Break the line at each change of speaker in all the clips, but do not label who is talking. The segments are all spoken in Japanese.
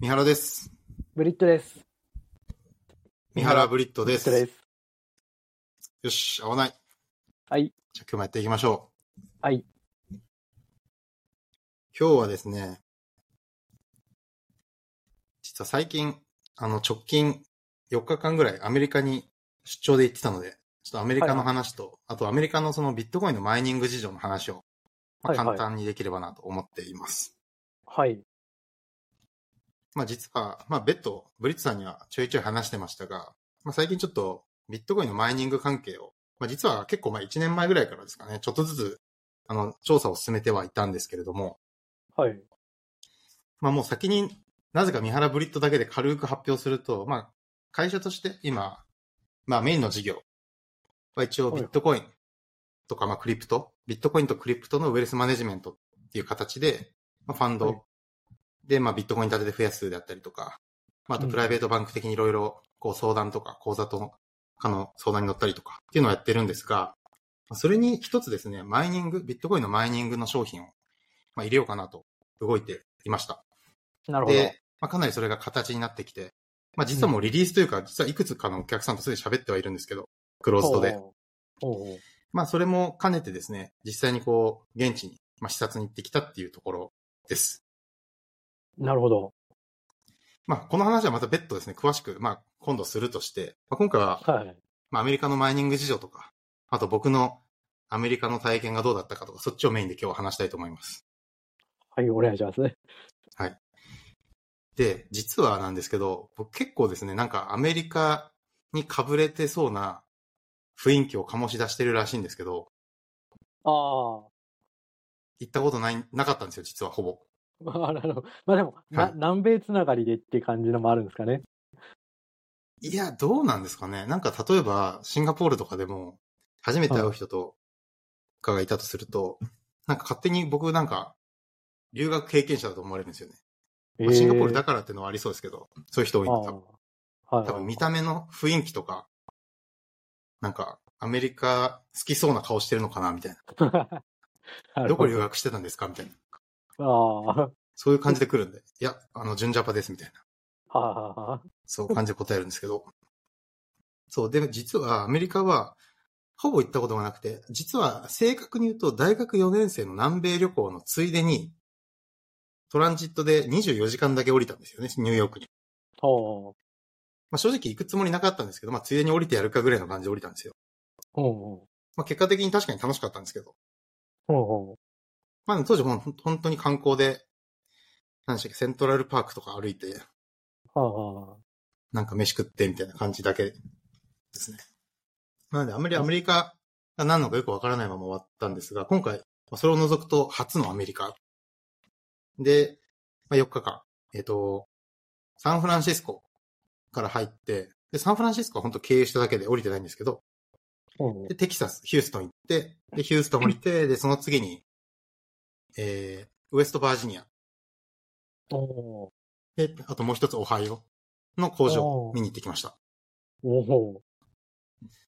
三原です。
ブリットです。
三原ブリット
ブ
で
リット
す。
です。
よし、合わない。
はい。
じゃあ今日もやっていきましょう。
はい。
今日はですね、実は最近、あの直近4日間ぐらいアメリカに出張で行ってたので、ちょっとアメリカの話と、あとアメリカのそのビットコインのマイニング事情の話を、まあ、
はいはい
簡単にできればなと思っています。
はい。
まあ実は、まあ別途、ブリッツさんにはちょいちょい話してましたが、まあ最近ちょっとビットコインのマイニング関係を、まあ実は結構まあ1年前ぐらいからですかね、ちょっとずつ、あの、調査を進めてはいたんですけれども、
はい。
まあもう先になぜか三原ブリットだけで軽く発表すると、まあ会社として今、まあメインの事業は一応ビットコインとかまあクリプト、ビットコインとクリプトのウェルスマネジメントっていう形で、まあファン
は
ド
い
でまあビットコイン立てで増やすであったりとか、まああと
うん
プライベートバンク的にいろいろこう相談とか口座とかの相談に乗ったりとかっていうのをやってるんですが、まあそれに一つですね、マイニング、ビットコインのマイニングの商品をまあ入れようかなと動いていました。
なるほど。
で、まあ、かなりそれが形になってきて、まあ、実はもうリリースというか、実はいくつかのお客さんとすでに喋ってはいるんですけど、クローズドで。
ほうほう。ほうほう
まあ、それも兼ねてですね、実際にこう、現地に、まあ、視察に行ってきたっていうところです。
なるほど。
まあ、この話はまた別途ですね、詳しく、まあ、今度するとして、まあ、今回は、
はい。
まあ、アメリカのマイニング事情とか、あと僕のアメリカの体験がどうだったかとか、そっちをメインで今日は話したいと思います。
はい、お願いしますね。
で、実はなんですけど、僕結構ですね、なんかアメリカにかぶれてそうな雰囲気を醸し出してるらしいんですけど、
あ
行ったことない、なかったんですよ、実はほぼ。
あ。ま あ、なるほど。まあでも、
は
ない南米つながりでって感じのもあるんですかね。
いや、どうなんですかね。なんか例えば、シンガポールとかでも、初めて会う人とかがいたとすると、なんか勝手に僕なんか、留学経験者だと思われるんですよね。まあシンガポールだ
け
からってのはありそうですけど、そういう人多いんだ、多分。
はい。
多分見た目の雰囲気とか、なんか、アメリカ好きそうな顔してるのかな、みたい な。
なる
ど
ほ
こ
ど
留学してたんですかみたいな。
あ
そういう感じで来るんで。いや、あの、純ジャパです、みたいな。
あ。 はあはあ。
そう感じで答えるんですけど。そう、で、実はアメリカは、ほぼ行ったことがなくて、実は正確に言うと大学4年生の南米旅行のついでに、トランジットで24時間だけ降りたんですよね、ニューヨークに。
ほう。
まあ正直行くつもりなかったんですけど、まあついでに降りてやるかぐらいの感じで降りたんですよ。
ほうほ
まあ結果的に確かに楽しかったんですけど。
う。ほうほ
まあ当時ほん本当に観光で、何でしたっけ、セントラルパークとか歩いて、
う。は
なんか飯食ってみたいな感じだけですね。なので、あんまりアメリカが何なのかよくわからないまま終わったんですが、今回、まあそれを除くと初のアメリカ。で、まあ、4日間、えっ、と、サンフランシスコから入って、で、サンフランシスコは本当経由しただけで降りてないんですけど、
あはあ。
で、テキサス、ヒューストン行って、で、ヒューストン降りて、で、その次に、えー、ウエストバージニア。
おお
で、あともう一つオハイオの工場を見に行ってきました。
ー。おお。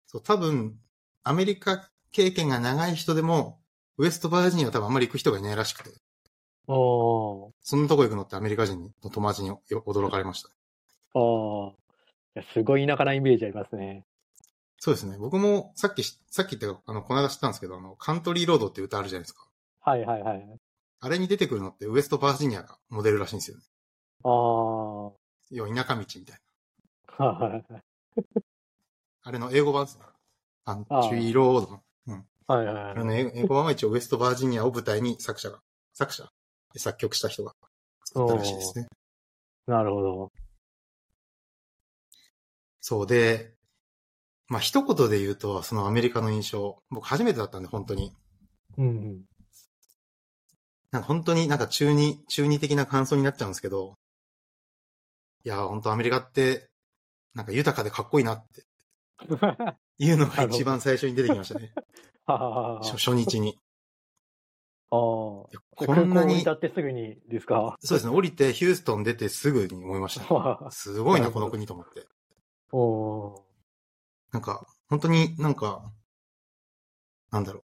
そう、多分、アメリカ経験が長い人でも、ウエストバージニアは多分あんまり行く人がいないらしくて、
お
そんなとこ行くのってアメリカ人の友達によ驚かれました。
お。ああ。いやすごい田舎なイメージありますね。
そうですね。僕もさっきし、さっき言った、あの、この間知ったんですけど、あの、カントリーロードって歌あるじゃないですか。
はいはいはい。
あれに出てくるのってウエストバージニアがモデルらしいんですよね。
ああ。は
要は田舎道みたいな。
いはい。
あれの英語版ですね。カン
ああ
トリーロードの。
はいはい
あ
は
れ
い。
の英英語版は一応ウエストバージニアを舞台に作者が、作者作曲した人が作ったらしいですね。
なるほど。
そうで、まあ、一言で言うと、そのアメリカの印象、僕初めてだったんで、本当に。
うん
なんか本当になんか中二、中二的な感想になっちゃうんですけど、いやー、本当アメリカって、なんか豊かでかっこいいなって
うん。は
いう のが一番最初に出てきま したね。
ははは。
初初日に。
あー
こ
空
ん
港
な
に
に
立、ってすぐにですか。
そうですね、降りてヒューストン出てすぐに思いま した。すごいな、この国と思って。
おお
なんか、本当になんか、なんだろう。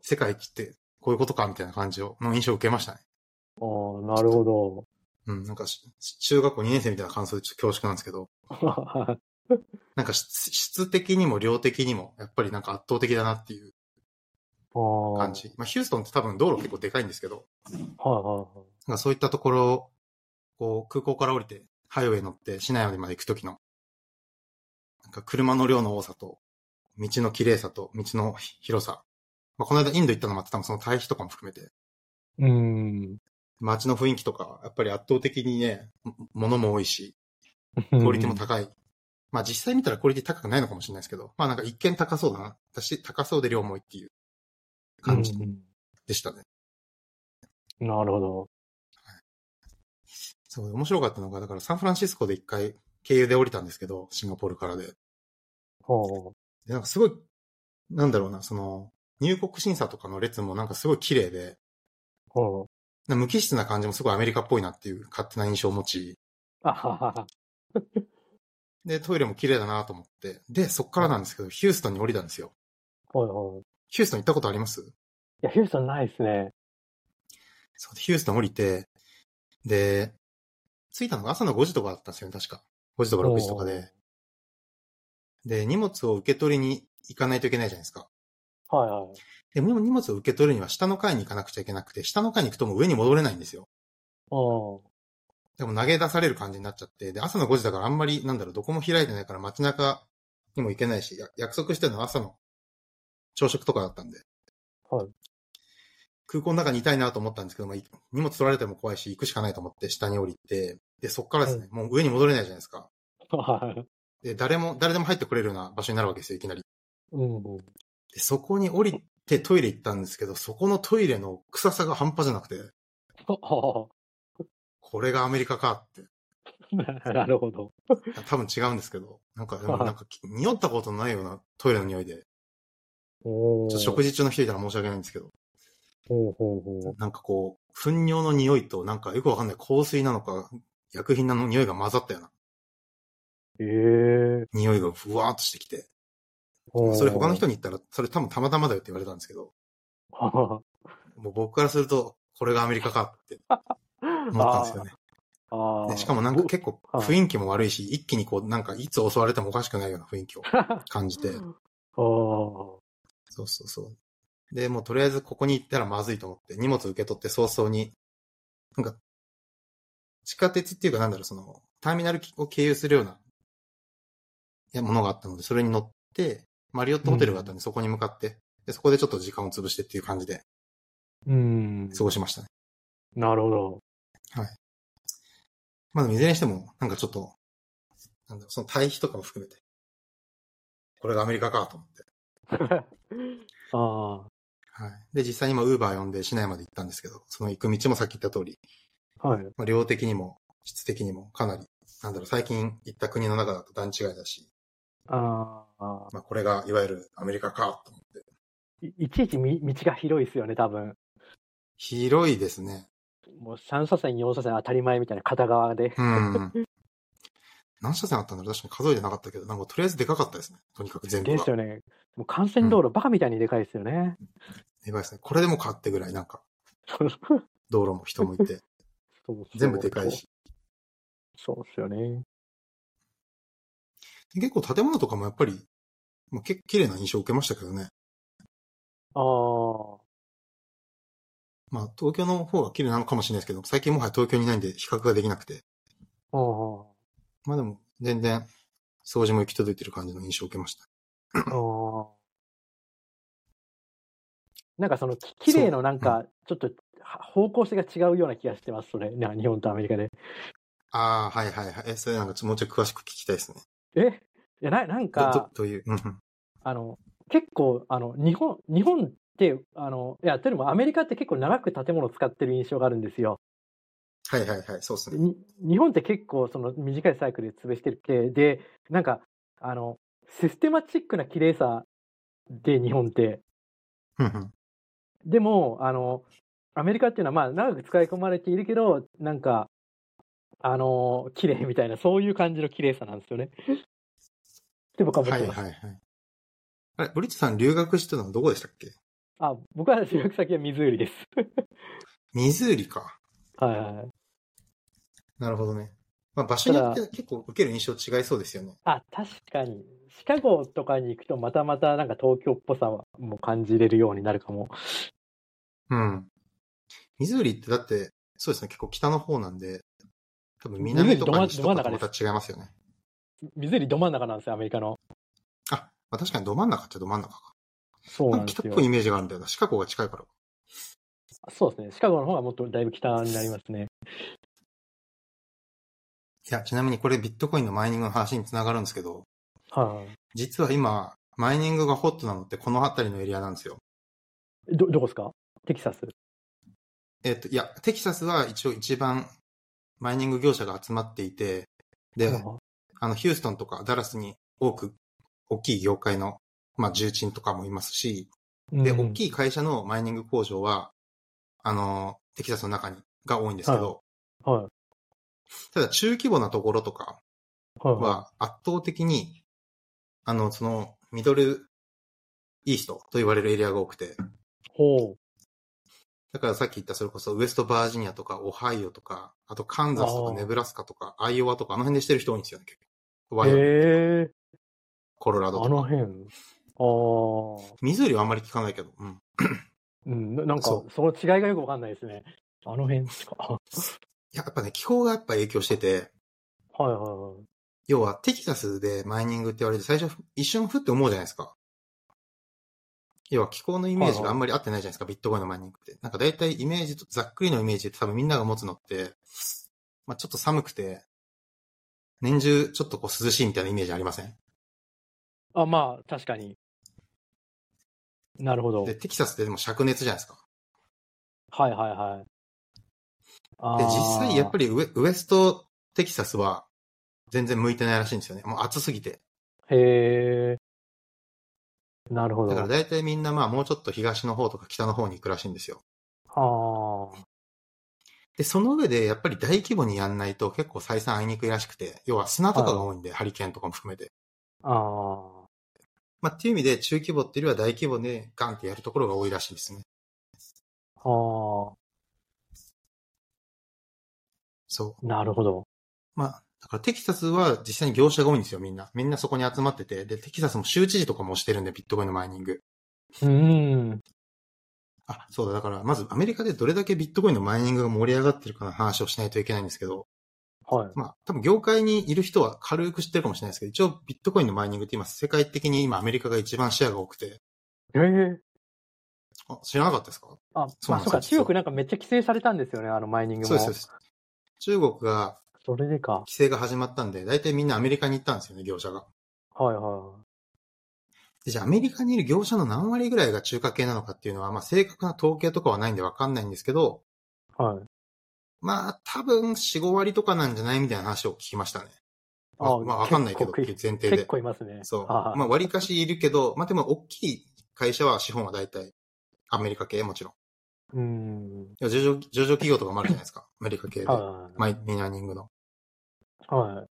世界一ってこういうことか、みたいな感じを、の印象を受けましたね。
ー。おーなるほど。
うん、なんかし、中学校2年生みたいな感想でちょっと恐縮なんですけど、なんか質質的にも量的にも、やっぱりなんか圧倒的だなっていう感
感
じ。まあ、ヒューストンって多分道路結構でかいんですけど、
はいはいはい。
なんかそういったところ、こう、空港から降りて、ハイウェイ乗って、市内まで行くときの、なんか車の量の多さと、道の綺麗さと、道の広さ。まあ、この間インド行ったのもあって、多分その対比とかも含めて、
うん。
街の雰囲気とか、やっぱり圧倒的にね、も物も多いし、クオリティも高い。まあ実際見たらクオリティ高くないのかもしれないですけど、まあなんか一見高そうだな。私、高そうで量も多いっていう感じ
うん
でしたね。
なるほど。
そう、面白かったのが、だからサンフランシスコで一回経由で降りたんですけど、シンガポールからで。
ほ
でなんかすごい、なんだろうな、その、入国審査とかの列もなんかすごい綺麗で、
うほ
なんか無機質な感じもすごいアメリカっぽいなっていう勝手な印象を持ち、
う。あははは。
で、トイレも綺麗だなと思って、で、そっからなんですけど、ヒューストンに降りたんですよ。
ほいほい。い
ヒューストン行ったことあります
や、ヒューストンないですね。
そうで、ヒューストン降りて、で、着いたのが朝の5時とかだったんですよね、確か。5時とか6時とかで。で、荷物を受け取りに行かないといけないじゃないですか。
はいはい。
でも荷物を受け取るには下の階に行かなくちゃいけなくて、下の階に行くともう上に戻れないんですよ。
うん。
でも投げ出される感じになっちゃって、で、朝の5時だからあんまり、なんだろう、どこも開いてないから街中にも行けないし、や約束してるのは朝の朝食とかだったんで。
はい
空港の中にいたいなと思ったんですけど、まあ、い荷物取られても怖いし、行くしかないと思って下に降りて、で、そっからですね、もう上に戻れないじゃないですか。
はい。
で、誰も、誰でも入ってくれるような場所になるわけですよ、いきなり。
うん。
で、そこに降りてトイレ行ったんですけど、そこのトイレの臭さが半端じゃなくて、
ほ
これがアメリカかって。
うなるほど。
多分違うんですけど、なんか、でもなんか、匂ったことのないようなトイレの匂いで、
お
ちょっと
ー
食事中の人いたら申し訳ないんですけど、
ほうほうほう。
なんかこう、糞尿の匂いと、なんかよくわかんない香水なのか、薬品なの匂いが混ざったような
ええ
匂いがふわーっとしてきて、それ他の 人に言ったら、それ多分たまたまだよって言われたんですけど、
は
もう僕からすると、これがアメリカかって思ったんですよね。
あ
でしかもなんか結構
はい
雰囲気も悪いし、一気にこう、なんかいつ襲われてもおかしくないような雰囲気を
構
感じて、
あ
そうそうそう。で、もうとりあえずここに行ったらまずいと思って、荷物受け取って早々に、なんか、地下鉄っていうかなんだろう、その、ターミナルを経由するような、いや、ものがあったので、それに乗って、マリオットホテルがあったんで、そこに向かって、で、そこでちょっと時間を潰してっていう感じで
ー。うん。
過ごしましたね。
なるほど。
まあでもいずれにしても、なんかちょっと、なんだろう、その対比とかも含めて、これがアメリカかと思って。
あ
はい。で、実際にまあ、ウーバー呼んで市内まで行ったんですけど、その行く道もさっき言った通り、
あ。はい。
まあ、量的にも質的にもかなり、なんだろう、最近行った国の中だと段違いだし、
ああ。
まあ、これがいわゆるアメリカかと思って。
いいちいちみ道が広いですよね、多分。
広いですね。
もう3車線、4車線当たり前みたいな片側で。
うん。 何車線あったんだろう確かに数えてなかったけど、なんかとりあえずでかかったですね。とにかく全部
で
が。
すよね。もう幹線道路、バカみたいにでかいですよね。
でかいですね。これでもかってぐらい、なんか、
そうそう
道路も人もい て、
そう
全部でかいし。。
そうですよね。
で結構建物とかもやっぱり、まあ、け綺麗な印象を受けましたけどね。
ああ。
まあ、東京の方が綺麗なのかもしれないですけど、最近もはや東京にいないんで比較ができなくて。
ああ。
まあでも、全然、掃除も行き届いてる感じの印象を受けました。
ああ。なんかそのき綺麗のなんかちょっとは方向性が違うような気がしてます、それ。な日本とアメリカで。
ああ、はいはいはい。え、それなんかちょもうちょい詳しく聞きたいですね。
えいやななん
ど、ど
か、、
どういう。うんうん
あの、結構、あの、日本、日本って、あの、いや、というのもアメリカって結構長く建物を使ってる印象があるんですよ。
はいはいはい、そうですね。
に日本って結構その短いサイクルで潰してる系で、なんか、あの、システマチックな綺麗さで日本って、
うんうん
でも、あの、アメリカっていうのは、まあ、長く使い込まれているけど、なんか、あの、綺麗みたいな、そういう感じの綺麗さなんですよね。って僕は思っ
は
て
い
ます。
はいはい。あれ、ブリッジさん留学してたのどこでしたっけ
あ、僕は 留学先はミズーリです。
ミズーリか。
はいはい。
なるほどね。まあ、場所によっては結構受ける印象違いそうですよね。
あ、確かに。シカゴとかに行くと、またまたなんか東京っぽさも感じれるようになるかも。
うん。ミズーリってだって、そうですね、結構北の方なんで、多分
ミズー
南
リ
と
ど真
か西と
ど真ん
か
中
と
で
ますた違いますよね。
ミズーリど真ん中なんですよ、アメリカの。
あ、まあ、確かにど真ん中っちゃど真ん中か。
そう
な
なんん
か
です
北っ
よ
ぽ。いイメージがあるんだよな。シカゴが近いから。
そうですね。シカゴの方がもっとだいぶ北になりますね。
いや、ちなみにこれビットコインのマイニングの話につながるんですけど、
は
実は今、マイニングがホットなのってこの辺りのエリアなんですよ。
い、ど、どこですかテキサス。
えっ、と、いや、テキサスは一応一番マイニング業者が集まっていて、で、
は
あの、ヒューストンとかダラスに多く、大きい業界の、まあ、重鎮とかもいますし、
い
で、
うん
大きい会社のマイニング工場は、あの、テキサスの中に、が多いんですけど、
は
ただ中規模なところとか
い。はい。
は圧倒的に、あの、その、ミドルイーストと言われるエリアが多くて、
ほう。
だからさっき言ったそれこそウエストバージニアとかオハイオとか、あとカンザスと
あ
か
ー
ネブラスカとかアイオワとかあの辺でしてる人多いんですよね、結構。ワイオミング
へえ
コロラド
あ
と
の
か。
辺。ああ。
ミズーリはあんまり聞かないけど、うん。
うん、ななんか、
そ
その違いがよくわかんないですね。あの辺ですか。 はい
やっぱね、気候がやっぱ影響してて、
はいはい。
要はテキサスでマイニングって言われて最初一瞬ふって思うじゃないですか。要は気候のイメージがあんまり合ってないじゃないですか、ビットコインのマイニングって。なんか大体イメージと、ざっくりのイメージって多分みんなが持つのって、まあちょっと寒くて、年中ちょっとこう涼しいみたいなイメージありません
あ、まあ、確かに。なるほど。は
で、
い
テキサスってでも灼熱じゃないですか。
はいはい。あ
で、実際やっぱ
り。
りウエウエストテキサスは全然向いてないらしいんですよね。もう暑すぎて。
へえ。なるほ
だから
ど。
大体みんなまあもうちょっと東の方とか北の方に行くらしいんですよ。
はあ。
で、その上でやっぱり大規模にやんないと結構採算合いにくいらしくて、要は砂とかが多いんで、ハリケーンとかも含めて。
あ
まあっていう意味で中規模っていうよりは大規模でガンってやるところが多いらしいですね。
あ。は
そう。
あ。なるほど。
まあ、だからテキサスは実際に業者が多いんですよ、みんな。みんなそこに集まってて。で、テキサスも州知事とかもしてるんで、ビットコインのマイニング。
うん。
あ、そうだ。だから、まずアメリカでどれだけビットコインのマイニングが盛り上がってるかの話をしないといけないんですけど、
はい。
まあ、多分業界にいる人は軽く知ってるかもしれないですけど、一応ビットコインのマイニングって今世界的に今アメリカが一番シェアが多くて、
へえ。
あ、知らなかったですか
あ、
そう
ま
なん
あ、
です
そ
よ
うか。中国なんかめっちゃ規制されたんですよね、あのマイニングも。
そうですそうです。中国が
それでか。
規制が始まったんで、大体みんなアメリカに行ったんですよね、業者が。
はいは
でじゃあアメリカにいる業者の何割ぐらいが中華系なのかっていうのは、まあ正確な統計とかはないんでわかんないんですけど、
い。はい。
まあ多分4、5割とかなんじゃないみたいな話を聞きましたね。ま
あ
あ、まあわかんないけど
結
って
構
いう前提で
結。構いますね。
そう。
は
まあ、割かしいるけど、まあ、でも、大きい会社は資本は大体、アメリカ系もちろん。
い。うん。
いや上場、上場企業とかもあるじゃないですか。アメリカ系で。
はい。
マイミナーニングの。
はい。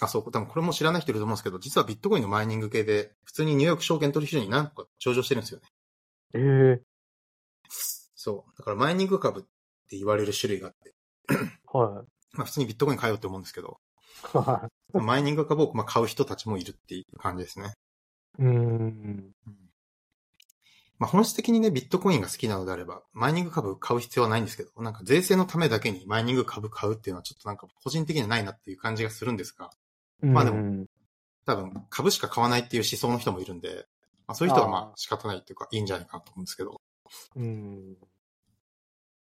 あ、そう、多分これも知らない人いると思うんですけど、実はビットコインのマイニング系で、普通にニューヨーク証券取引所に何個か上場してるんですよね。
ええ
そう。だからマイニング株って言われる種類があって、
は
まあ普通にビットコイン買えようって思うんですけど、
い。は
マイニング株をまあ買う人たちもいるっていう感じですね。
い。 うん。
まあ、本質的にね、ビットコインが好きなのであれば、マイニング株買う必要はないんですけど、なんか税制のためだけにマイニング株買うっていうのはちょっとなんか個人的にはないなっていう感じがするんですが、まあでも
も。
多分株しか買わないっていう思想の人もいるんで、まあ、そういう人はまあ
あー
仕方ないっていうかいいんじゃないかなと思うんですけど、
うん。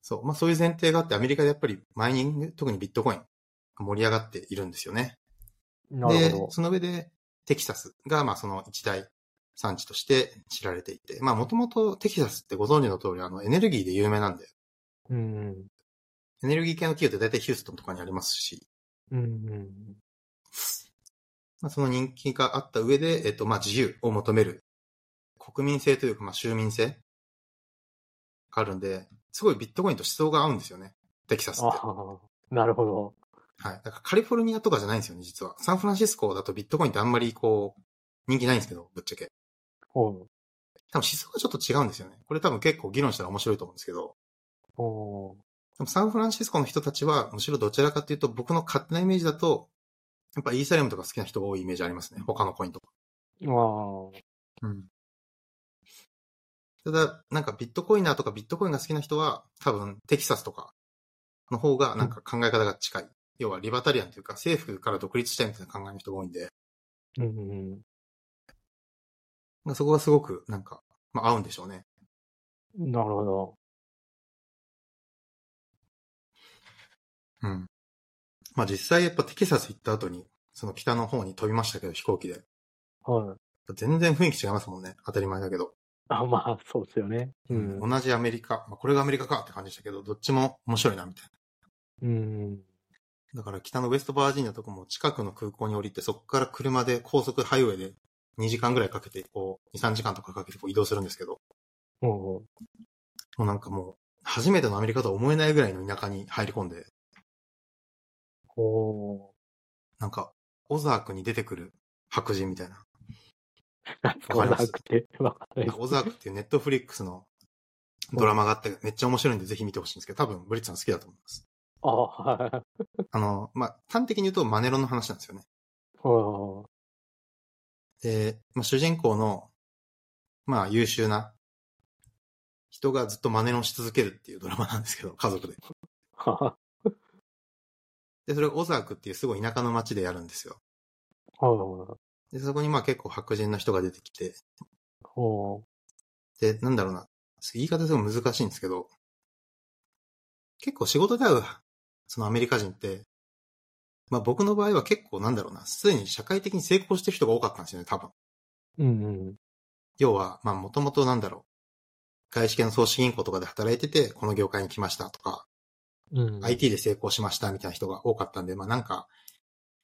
そう、まあそういう前提があってアメリカでやっぱりマイニング、特にビットコインが盛り上がっているんですよね。
なる
で
ほ、
その上でテキサスがまあその一大産地として知られていて、まあもともとテキサスってご存知の通りあのエネルギーで有名なんで、
ど。うん。
エネルギー系の企業って大体ヒューストンとかにありますし、
うん。
まあ、その人気があった上で、えっと、まあ、自由を求める国民性というか、まあ、州民性があるんで、すごいビットコインと思想が合うんですよね。テキサスって。
あ
はい。
あ、なるほど。
だからカリフォルニアとかじゃないんですよね、実は。サンフランシスコだとビットコインってあんまりこう、人気ないんですけど、ぶっちゃけ。
ほ
多分思想がちょっと違うんですよね。これ多分結構議論したら面白いと思うんですけど、
う。ほ
でもサンフランシスコの人たちは、むしろどちらかというと、僕の勝手なイメージだと、やっぱイーサリアムとか好きな人が多いイメージありますね。他のコインとか。
あ
うん。ただ、なんかビットコインだとかビットコインが好きな人は、多分テキサスとかの方がなんか考え方が近い。要はリバタリアンというか、政府から独立したいみたいな考えの人が多いんで、
あ。うんうん
まあそこがすごくなんか、まあ合うんでしょうね。
うん。なるほど。
うん。まあ実際やっぱテキサス行った後に、その北の方に飛びましたけど、飛行機で。
はい。
全然雰囲気違いますもんね。当たり前だけど。
あまあ、そうですよね。うん。
同じアメリカ、まあ、これがアメリカかって感じでしたけど、どっちも面白いな、みたい
うん。
な。だから北のウェストバージニアとかも近くの空港に降りて、そこから車で高速ハイウェイで2時間ぐらいかけて、こう、2、3時間とかかけてこう移動するんですけど、
おう
もうなんかもう、初めてのアメリカとは思えないぐらいの田舎に入り込んで、
おう
なんか、オザークに出てくる白人みたいな。
なんかなくて、わかんない
なんか
です。
オザークっていうネットフリックスのドラマがあって、めっちゃ面白いんでぜひ見てほしいんですけど、多分ブリッツさん好きだと思います。
あはい。
あの、まあ、端的に言うとマネロンの話なんですよね。
おう
で、まあ、主人公の、まあ、優秀な人がずっと真似をし続けるっていうドラマなんですけど、家族で。
は
で、それがオザークっていうすごい田舎の町でやるんですよ。
あは
で、そこにまあ結構白人の人が出てきて、
あ。おう
で、なんだろうな、言い方すごい難しいんですけど、結構仕事で会う、そのアメリカ人って、まあ僕の場合は結構なんだろうな、すでに社会的に成功してる人が多かったんですよね、多分。
うんうん。
要は、まあもともとなんだろう、外資系の総資銀行とかで働いてて、この業界に来ましたとか、
うん。
IT で成功しましたみたいな人が多かったんで、まあなんか、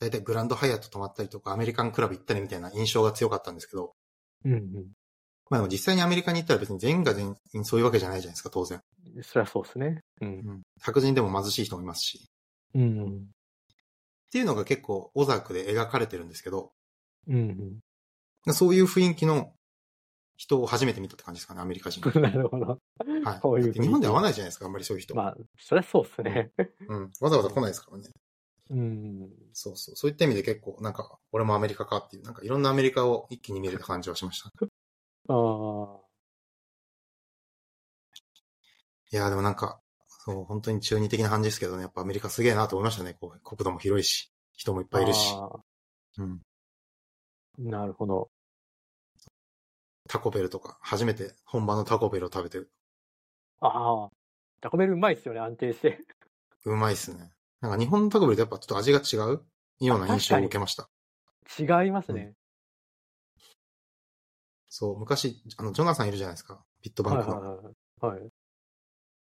だいたいグランドハイアット泊まったりとか、アメリカンクラブ行ったりみたいな印象が強かったんですけど、
うん
まあでも実際にアメリカに行ったら別に全員が全員そういうわけじゃないじゃないですか、当然。
うん。そりゃそうですね。うん。
うん。白人でも貧しい人もいますし。
うん
っていうのが結構、オザークで描かれてるんですけど、
うん。うん
そういう雰囲気の人を初めて見たって感じですかね、アメリカ人。は
うん。なるほど。
い。
こうい
だ
う雰囲
っ
気
て日本で会わないじゃないですか、あんまりそういう人。
まあ、そりゃそうですね。
うん。わざわざ来ないですからね。
うん。
そうそう。そういった意味で結構、なんか、俺もアメリカかっていう、なんかいろんなアメリカを一気に見れた感じはしました。
ああ。
いやーでもなんか、そう、本当に中二的な感じですけどね、やっぱアメリカすげえなと思いましたね。こう、国土も広いし、人もいっぱいいるし、
ああ
うん。
なるほど。
タコベルとか、初めて本場のタコベルを食べて、
ああ。タコベルうまいっすよね、安定して。
うまいっすね。なんか日本のタコベルとやっぱちょっと味が違うような印象を受けました。
違いますね。
そう、昔、あの、ジョナサンいるじゃないですか。ビットバンクの。
はいはいはい。はい。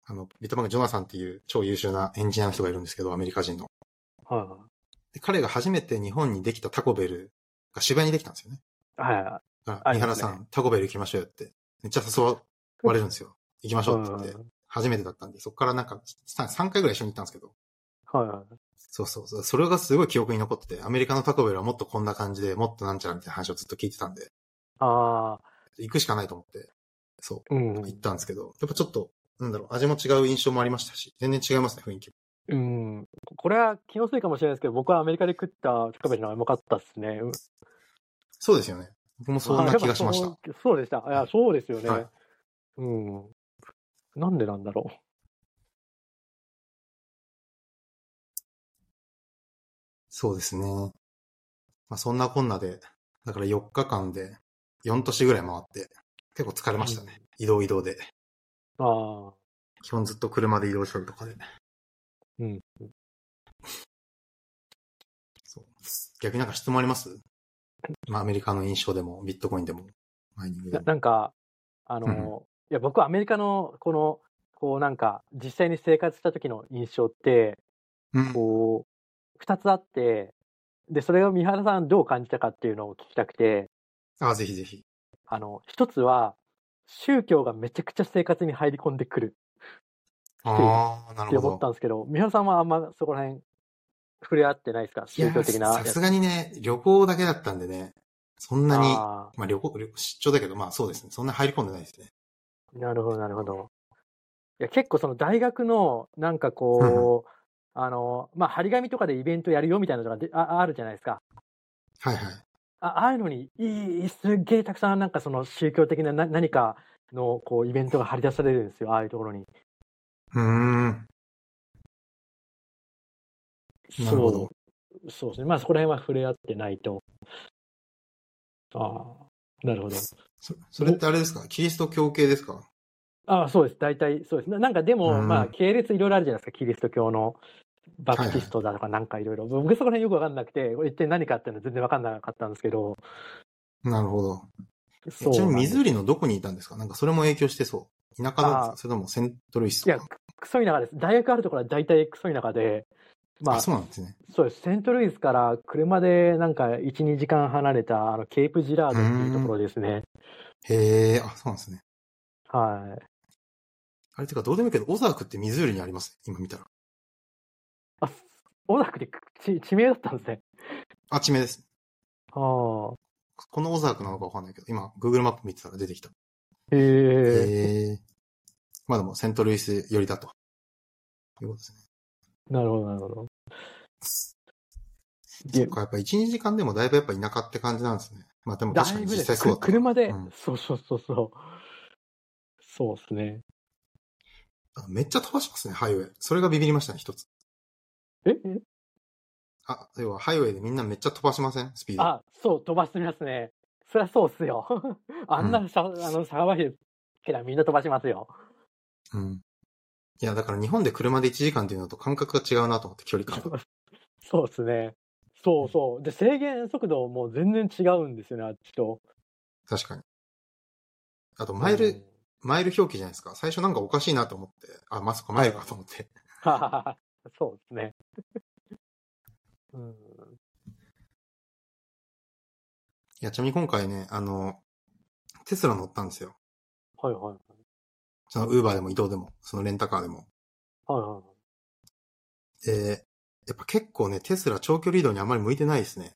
あの、ビットバンクジョナサンっていう超優秀なエンジニアの人がいるんですけど、アメリカ人の。
は
で彼が初めて日本にできたタコベルが渋谷にできたんですよね。
いはい。はい
が
あり
三
ま
原
すね
さん、タコベル行きましょうよって。めっちゃ誘われるんですよ。行きましょうって言って。初めてだったんで、そこからなんか3、三回ぐらい一緒に行ったんですけど、
はいはい。
そうそうそう、それがすごい記憶に残ってて、アメリカのタコベルはもっとこんな感じで、もっとなんちゃらみたいな話をずっと聞いてたんで、
ああ。
行くしかないと思って、そ
うん
う、行ったんですけど、やっぱちょっと、なんだろう、味も違う印象もありましたし、全然違いますね、雰囲気も。
うん。これは気のせいかもしれないですけど、僕はアメリカで食ったタコベルのうまかったっすね。うん
そうですよね。僕もそんな気がしまし
あや
た
っ。ぱそうそうでした。いや、そうですよね。
はい
うん。なんでなんだろ
そうですね。まあそんなこんなで、だから4日間で4都市ぐらい回って、結構疲れましたね。移動移動で。
う。ああ。
基本ずっと車で移動したりとかで。
うん。
そう。逆になんか質問ありますまあ、アメリカの印象でも、ビットコインでも、マイニングで
な
も。
なんか、あの、
うん
いや、僕はアメリカの、この、こうなんか、実際に生活した時の印象って、
うん
こう、二つあって、で、それを三原さんどう感じたかっていうのを聞きたくて、
あ、ぜひぜひ。
あの、一つは、宗教がめちゃくちゃ生活に入り込んでくる
ああ、な
って
るほ
思った
ど。
んですけど、三原さんはあんまそこら辺触れ合ってないですか
いや
宗教的な
ー、
や
さ
つ。
すがにね、旅行だけだったんでね、そんなに、
あ
まあ旅行、旅出張だけど、まあそうですね、そんな入り込んでないですね。
あ、なるほど、なるほど。いや、結構その大学の、なんかこう、あの、まあ、張り紙とかでイベントやるよみたいなのがでああるじゃないですか。
はいはい。
あああいうのに、いい、すっげえたくさん、なんかその宗教的なな何かの、こう、イベントが張り出されるんですよ、ああいうところに。
うーん。なるほど。
そうそうですね。まあ、そこら辺は触れ合ってないと。ああ、なるほど。
そそれってあれですかキリスト教系ですか
ああ、そうです。大体、そうです。ななんかでも、
うん
まあ、系列いろいろあるじゃないですか。キリスト教のバプティストだとか、なんかいろいろ。僕、そこら辺よくわかんなくて、これ一体何かっていうのは全然わかんなかったんですけど。
なるほど。
そう
ちなみ
なん
に
です
ミズーリのどこにいたんですかなんかそれも影響してそう。田舎なんです
あ
かそれともセントルイス
い
と
や、
か
くクソ田舎です。大学あるところは大体クソ田舎で、ま
あ、
あ、
そうなんですね。
そうです。セントルイスから車でなんか1、2時間離れた、あの、ケープジラードっていうところですね。
へえ、あ、そうなんですね。
はい。
あれてかどうでもいいけど、オザークってミズーリにあります今見たら。
あ、オダクって地地名だったんですね。
あ、地名です。
はあ。
このオザークなのかわかんないけど、今、Google マップ見てたら出てきた。
へえ。
へえ。まあでも、セントルイス寄りだと。いうことですね。
なるほど、なるほど。
そ
で
っか、やっぱ1、2時間でもだいぶやっぱ田舎って感じなんですね。まあでも
だ
確か
い
に
ぶ
実
で
際
す。
そうだ
く
った。
車で、
うん
そうそうそうそう。そうですね。
あめっちゃ飛ばしますね、ハイウェイ。それがビビりましたね、一つ。
え
あ、要はハイウェイでみんなめっちゃ飛ばしませんスピード。
あ、そう、飛ばしてみますね。そりゃそうっすよ。 あんなさ、あの、騒がしいけらみんな飛ばします よ。
うん。いや、だから日本で車で1時間っていうのと感覚が違うなと思って、距離 感が。
そうですね。そうそう。で、制限速度も全然違うんですよね、あっちと。
確かに。あと、マイル、
うん
マイル表記じゃないですか。最初なんかおかしいなと思って、あ、まさかマイルかと思って。
ははははそうですね。うん。
いや、ちなみに今回ね、あの、テスラ乗ったんですよ。
はいはい。
その、ウーバーでも移動でも、そのレンタカーでも。
はいはい。
で、やっぱ結構ね、テスラ長距離移動にあんまり向いてないですね。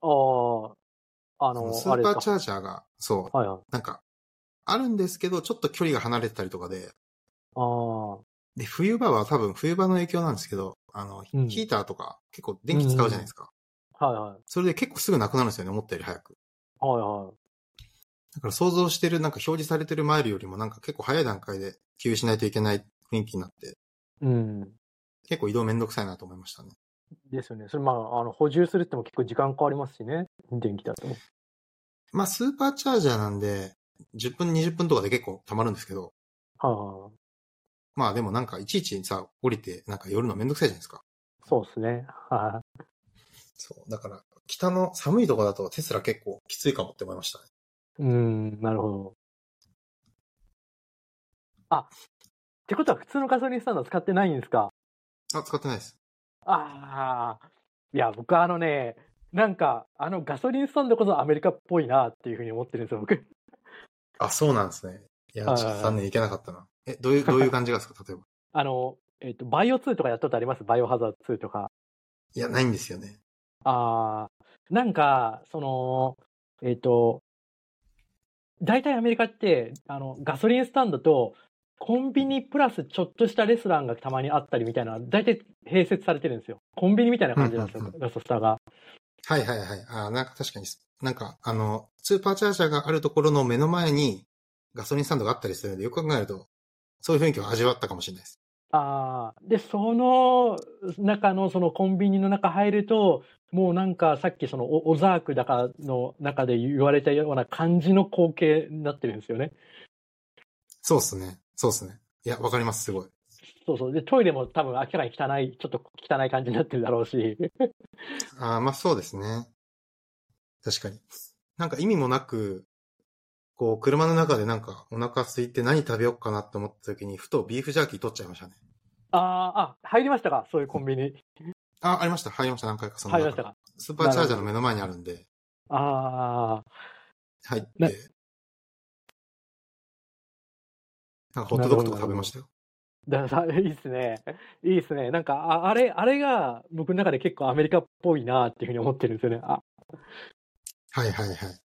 ああ、あ
あの
の、
ス
あれ
ーパー
ですか
チ。ャージャーが、そう、
はいはい。
なんか、あるんですけど、ちょっと距離が離れてたりとかで、
ああ。
で、冬場は多分冬場の影響なんですけど、あの、
うん
ヒーターとか結構電気使うじゃないですか。
はいはい。
それで結構すぐなくなるんですよね、思ったより早く。
はいはい。
だから想像してる、なんか表示されてるマイルよりもなんか結構早い段階で給油しないといけない雰囲気になって、
うん。
結構移動めんどくさいなと思いましたね。
ですよね。それ、まあ、あの補充するっても結構時間変わりますしね。電気だと。
まあ、スーパーチャージャーなんで、10分、20分とかで結構溜まるんですけど、
はあ、
まあでもなんかいちいちさ、降りてなんか寄るのめんどくさいじゃないですか。
そうですね。は
そう。だから、北の寒いとこだとテスラ結構きついかもって思いましたね。
い。うん、なるほど。あ、ってことは普通のガソリンスタンド使ってないんですか
あ、使ってないです。
ああ。いや、僕あのね、なんか、あのガソリンスタンドこそアメリカっぽいなっていうふうに思ってるんですよ、僕。
あ、そうなんですね。いや、ちょ
は
っ
い
と残念いけなかったな。え、どういう、どういう感じがですか、例えば。
あの、えっ、と、バイオ2とかやったことありますバイオハザード2とか。
いや、ないんですよね。
ああ、なんか、その、えっと、大体アメリカって、あの、ガソリンスタンドと、コンビニプラスちょっとしたレストランがたまにあったりみたいな、大体併設されてるんですよ。コンビニみたいな感じなんです
うんう
よ
ん、
ガソスタが。
はいはいはい。あ、なんか確かに、なんか、あの、スーパーチャージャーがあるところの目の前にガソリンスタンドがあったりするので、よく考えると、そういう雰囲気を味わったかもしれないです。
ああ、で、その中の、そのコンビニの中入ると、もうなんかさっきそのオオザークだかの中で言われたような感じの光景になってるんですよね。
そうっすね。そうっすね。いや、わかります、すごい。
そうそう。で、トイレも多分明らかに汚い、ちょっと汚い感じになってるだろうし。
あーまあそうですね。確かに。なんか意味もなく、こう、車の中でなんかお腹空いて何食べようかなって思った時に、ふとビーフジャーキー取っちゃいましたね。
あーあ、入りましたかそういうコンビニ。
あ、ありました。入りました。何回かその
入り
中
ましたか
スーパーチャージャーの目の前にあるんで、
あ
入って、
な
なんかホットドッグとか食べましたよ。
あ、だだいいっすね。いいっすね。なんか、ああれ、あれが僕の中で結構アメリカっぽいなっていうふうに思ってるんですよね。あ、
はいはいはい。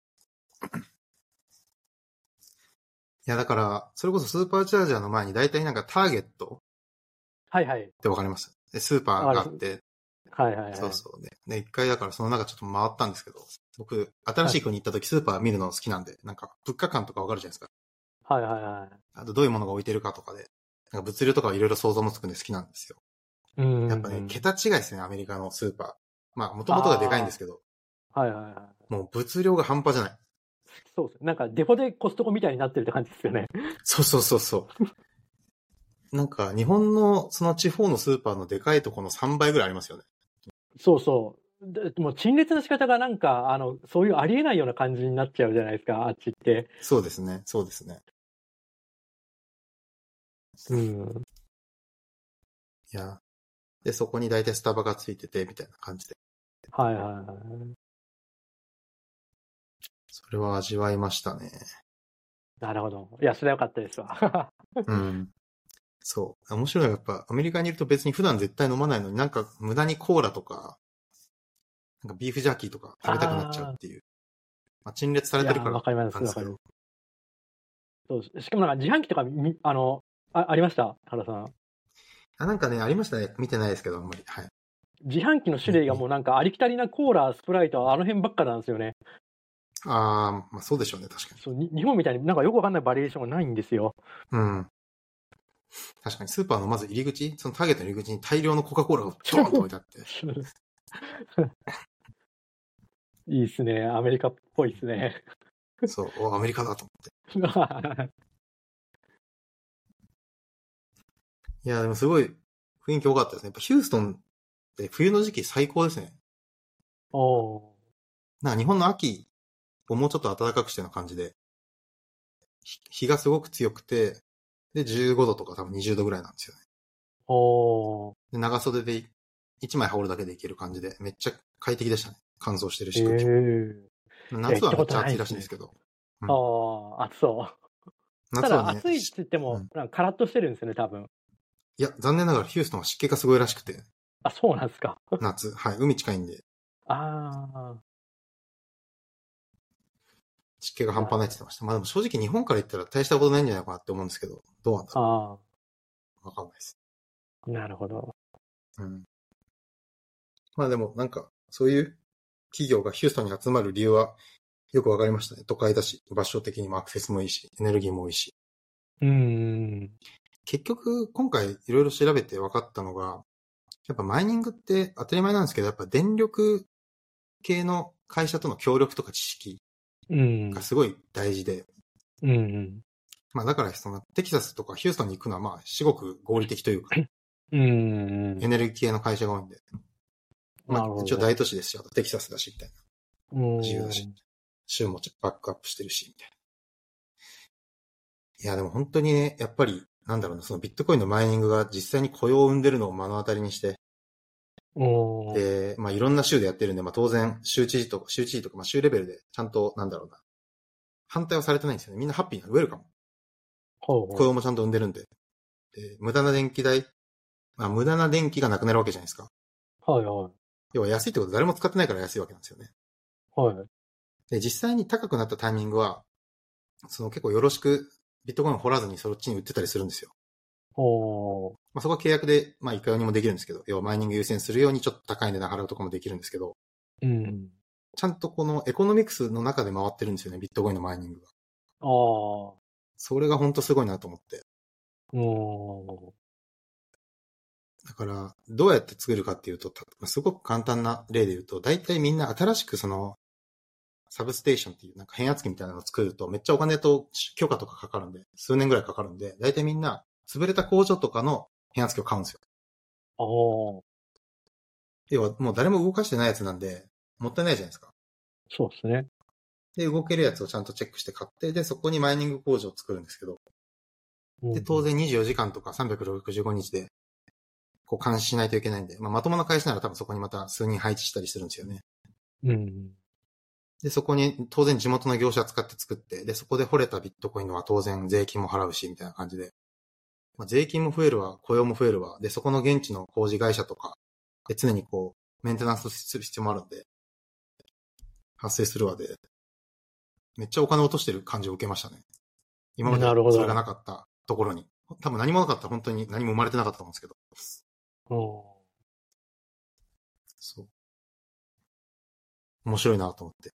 いや、だから、それこそスーパーチャージャーの前に大体なんかターゲット
はいはい。
ってわかりますでスーパーがあって、
はいはいはい。
そうそう。で、で一回だからその中ちょっと回ったんですけど、僕、新しい国行った時スーパー見るの好きなんで、なんか物価感とかわかるじゃないですか。
はいはいは
あとどういうものが置いてるかとかで、なんか物流とかはいろいろ想像もつくんで好きなんですよ。
い。うん。
やっぱね、桁違いですね、アメリカのスーパー。まあ、もともとがでかいんですけど、
はいはいはい。
もう物量が半端じゃない。
そうですね。なんかデフォでコストコみたいになってるって感じですよね。
そうそうそうそう。 なんか、日本のその地方のスーパーのでかいとこの3倍ぐらいありますよね。
そうそう。でもう陳列の仕方がなんか、あの、そういうありえないような感じになっちゃうじゃないですか、あっちって。
そうですね、そうですね。
うん。
いや。で、そこに大体スタバがついてて、みたいな感じで。
はいはいはい。
それは味わいましたね。
なるほど。いや、それは良かったで すわ。
うん。そう。面白いのはやっぱ、アメリカにいると別に普段絶対飲まないのになんか無駄にコーラとか、なんかビーフジャーキーとか食べたくなっちゃうっていう。まあ、陳列されてるか
いや
ら
わかります
なんですけど
わそうししかもなんか自販機とかみ、あの、あありました原さん。
あ、なんかね、ありましたね。見てないですけど、あんまり。はい。
自販機の種類がもうなんかありきたりなコーラ、スプライト、あの辺ばっかなんですよね。
ああ、まあそうでしょうね、確かに。
そうに日本みたいになんかよくわかんないバリエーションがないんですよ。
うん。確かに、スーパーのまず入り口、そのターゲットの入り口に大量のコカ・コーラがドーンと置いてあって。
いいっすね。アメリカっぽいっすね。
そう、おアメリカだと思って。いや、でもすごい雰囲気良かったですね。やっぱヒューストンって冬の時期最高ですね。
おー
なんか日本の秋をもうちょっと暖かくしてな感じで、ひ日がすごく強くて、で、15度とか多分20度ぐらいなんですよね。
おー
で、長袖で1枚羽織るだけでいける感じで、めっちゃ快適でしたね。乾燥してる
え
し、空気も
ー
夏はめっちゃ暑いらしいんですけど。うん
ああ、暑そう。た
夏
だ
はね、
暑いって言って
う
も
ん、
なんかカラッとしてるんですよね、多分。
いや、残念ながらヒューストンは湿気がすごいらしくて、
あ、そうなんですか。
夏。はい、海近いんで、
あ
湿気が半端ないって言ってました。まあでも正直日本から言ったら大したことないんじゃないかなって思うんですけど、どうなんだ
あ、
ろ
あ
うわかんないです。
あ、なるほど。
うん。まあでもなんか、そういう企業がヒューストンに集まる理由はよくわかりましたね。都会だし、場所的にもアクセスもいいし、エネルギーもいいし。
うーん。
結局、今回いろいろ調べて分かったのが、やっぱマイニングって当たり前なんですけど、やっぱ電力系の会社との協力とか知識
うん
が。すごい大事で、
うん。
まあだからそのテキサスとかヒューストンに行くのはまあ至極合理的というか、
うん
エ。ネルギー系の会社が多いんで、ま
なるほ
あ
ど
一応大都市ですし、あとテキサスだしみたいな、
うん
自由だし、州もバックアップしてるし、みたいな。いやでも本当にね、やっぱりなんだろうな、そのビットコインのマイニングが実際に雇用を生んでるのを目の当たりにして、
おー
で、まあいろんな州でやってるんで、まあ当然州知事とか、州知事とか、まあ州レベルでちゃんとなんだろうな、反対はされてないんですよね。みんなハッピーな、ウェルカム。
ほう
雇
ほう
用もちゃんと生んでるんで。で無駄な電気代、まあ無駄な電気がなくなるわけじゃないですか。
はいはい。
要は安いってことは誰も使ってないから安いわけなんですよね。
はい。
で、実際に高くなったタイミングは、その結構よろしくビットコインを掘らずにそっちに売ってたりするんですよ。
おー
まあそこは契約で、まあいかようにもできるんですけど、要はマイニング優先するようにちょっと高い値段払うとかもできるんですけど、
うん。
ちゃんとこのエコノミクスの中で回ってるんですよね、ビットコインのマイニングが。
ああ。お
それが本当すごいなと思って。
ー
だから、どうやって作るかっていうと、たすごく簡単な例で言うと、大体みんな新しくその、サブステーションっていうなんか変圧器みたいなのを作ると、めっちゃお金と許可とかかかるんで、数年ぐらいかかるんで、大体みんな潰れた工場とかの変圧器を買うんですよ。
おー
要はもう誰も動かしてないやつなんで、もったいないじゃないですか。
そうですね。
で、動けるやつをちゃんとチェックして買って、で、そこにマイニング工場を作るんですけど、で、当然24時間とか365日で、こう監視しないといけないんで、まあ、まともな会社なら多分そこにまた数人配置したりするんですよね。
うん。
で、そこに当然地元の業者使って作って、で、そこで掘れたビットコインは当然税金も払うし、みたいな感じで。まあ、税金も増えるわ、雇用も増えるわ、で、そこの現地の工事会社とか、で、常にこう、メンテナンスする必要もあるんで、発生するわで、めっちゃお金落としてる感じを受けましたね。今まで
なるほど
それがなかったところに。多分何もなかったら本当に何も生まれてなかったと思うんですけど。
うん。
そう。面白いなと思って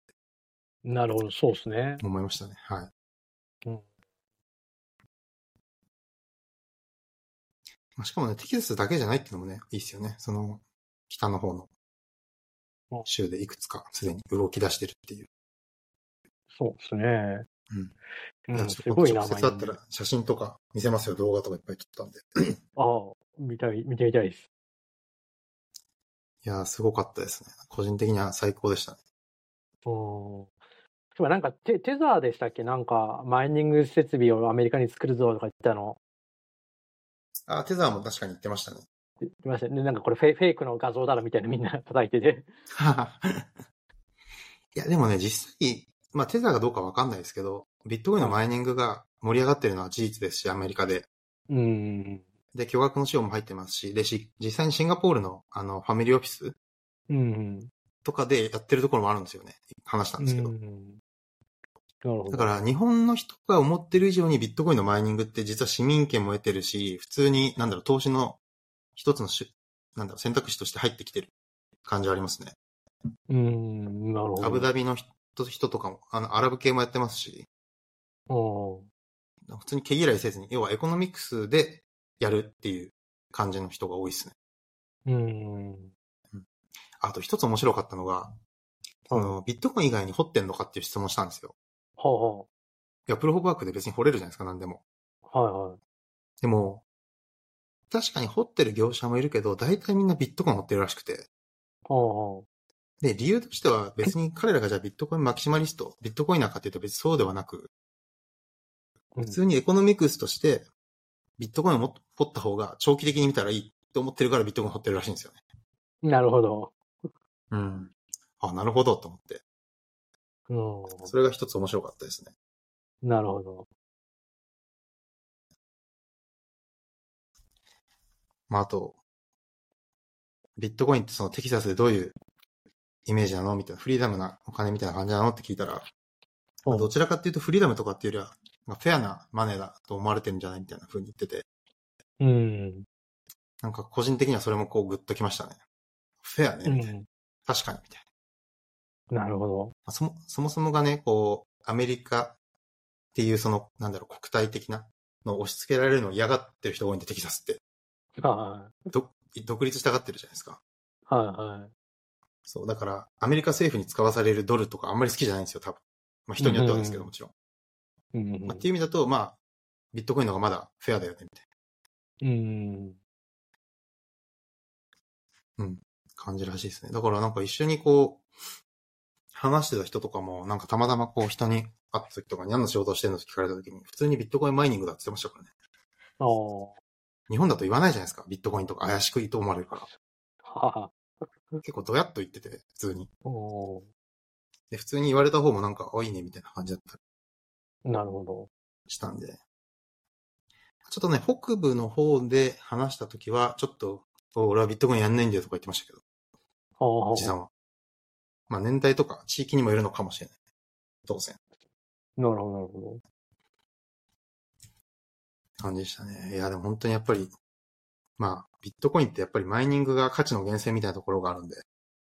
なるほど、そうですね。
思いましたね。はい。
うん。
まあしかもね、テキサスだけじゃないっていうのもね、いいですよね。その、北の方の
うん
州でいくつかすでに動き出してるっていう。
そうですね。う
いや
ん。
ち
す
ょっと
ごいな、
直接だったら写真とか見せますよ。動画とかいっぱい撮ったんで。
ああ、見たい、見てみたいです。
いやー、すごかったですね。個人的には最高でしたね。
うん。そういえばなんかテ、テザーでしたっけなんか、マイニング設備をアメリカに作るぞとか言ってたの。
あー、テザーも確かに言ってま したね。
言ってましたよね。なんかこれフェイフェイクの画像だろみたいなみんな叩いてて。
いや、でもね、実際、まあ、テザーがどうかわかんないですけど、ビットコインのマイニングが盛り上がってるのは事実ですし、アメリカで。
うん。
で、巨額の資料も入ってますし、で、し、実際にシンガポールの、あの、ファミリーオフィス
うん。
とかでやってるところもあるんですよね。話したんですけど。
うんなるほど。
だから、日本の人が思ってる以上にビットコインのマイニングって実は市民権も得てるし、普通に、なんだろう、投資の一つのし、なんだろう、選択肢として入ってきてる感じはありますね。
うん、なるほど。
アブダビの人人とかも、あの、アラブ系もやってますし、
う
普通に毛嫌いせずに、要はエコノミクスでやるっていう感じの人が多いですね。
ん。うん。
あと一つ面白かったのが、そのビットコイン以外に掘ってんのかっていう質問したんですよ。
はい
や、プルフォークワークで別に掘れるじゃないですか、何でも。
あはあ。はいはい。
でも、確かに掘ってる業者もいるけど、大体みんなビットコイン掘ってるらしくて。
は
で、理由としては別に彼らがじゃあビットコインマキシマリスト、ビットコインなんかっていうと別にそうではなく、
あはあ。
普通にエコノミクスとして、ビットコインをもっと掘った方が長期的に見たらいいと思ってるからビットコイン掘ってるらしいんですよね。
うんなるほど。
うん。あ、なるほどと思って。
う
それが一つ面白かったですね。
ん。なるほど。
まあ、あと、ビットコインってそのテキサスでどういうイメージなのみたいな、フリーダムなお金みたいな感じなのって聞いたら、まあどちらかっていうとフリーダムとかっていうよりは、まあ、フェアなマネーだと思われてるんじゃないみたいな風に言ってて、
うん。
なんか個人的にはそれもこうグッときましたね。フェアね、
う
みたいな。
ん。
確かに、みたいな。
なるほど。
まあそも、そもそもがね、こう、アメリカっていうその、なんだろう、国体的なのを押し付けられるのを嫌がってる人が多いんで、テキサスって。
は
ど独立したがってるじゃないですか。
いはい。はいはい。
そう、だから、アメリカ政府に使わされるドルとかあんまり好きじゃないんですよ、多分。まあ人によってはですけど、
うん
もちろん。
うん
まあっていう意味だと、まあ、ビットコインの方がまだフェアだよね、みたい
うん。
な感じらしいですね。だからなんか一緒にこう、話してた人とかも、なんかたまたまこう人に会った時とかに何の仕事をしてるのって聞かれた時に、普通にビットコインマイニングだって言ってましたからね。
ああ。は
日本だと言わないじゃないですか、ビットコインとか怪しくいいと思われるから。
は。
結構ドヤっと言ってて、普通に。
お
で、普通に言われた方もなんか、あ、いいね、みたいな感じだったり
ーなるほど。
したんで。ちょっとね、北部の方で話した時は、ちょっと、お俺はビットコインやんないんだよとか言ってましたけど、
はあは
おじさんは。まあ、年代とか地域にもよるのかもしれない。当然。
あ。なるほど、なるほ
感じでしたね。いや、でも本当にやっぱり、まあ、ビットコインってやっぱりマイニングが価値の源泉みたいなところがあるんで、
ど。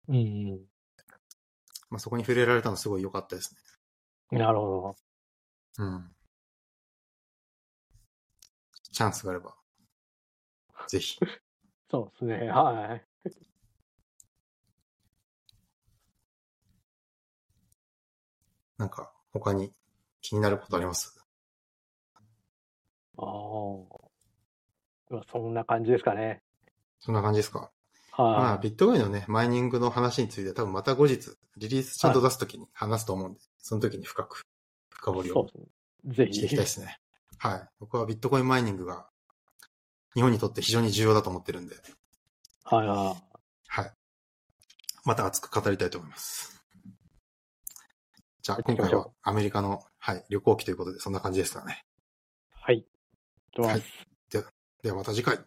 うん。
まあそこに触れられたのすごい良かったですね。
なるほ
うん。チャンスがあれば、ぜひ。
ど。そうですね。はい。
なんか、他に気になることあります
ああ。まあそんな感じですかね。
そんな感じですかまあ、
はい。
ビットコインのね、マイニングの話について多分また後日、リリースちゃんと出すときに話すと思うんで、その時に深く、深掘り
そう
を
ですね。ぜ
していき
ひ
たいで。すね。はい。僕はビットコインマイニングが、日本にとって非常に重要だと思ってるんで、
はいは
はい。また熱く語りたいと思います。じゃあ、
やって
今回
いきましょう
はアメリカの、はい、旅行記ということで、そんな感じですかね。
い。はい。いきます
ではまた次回。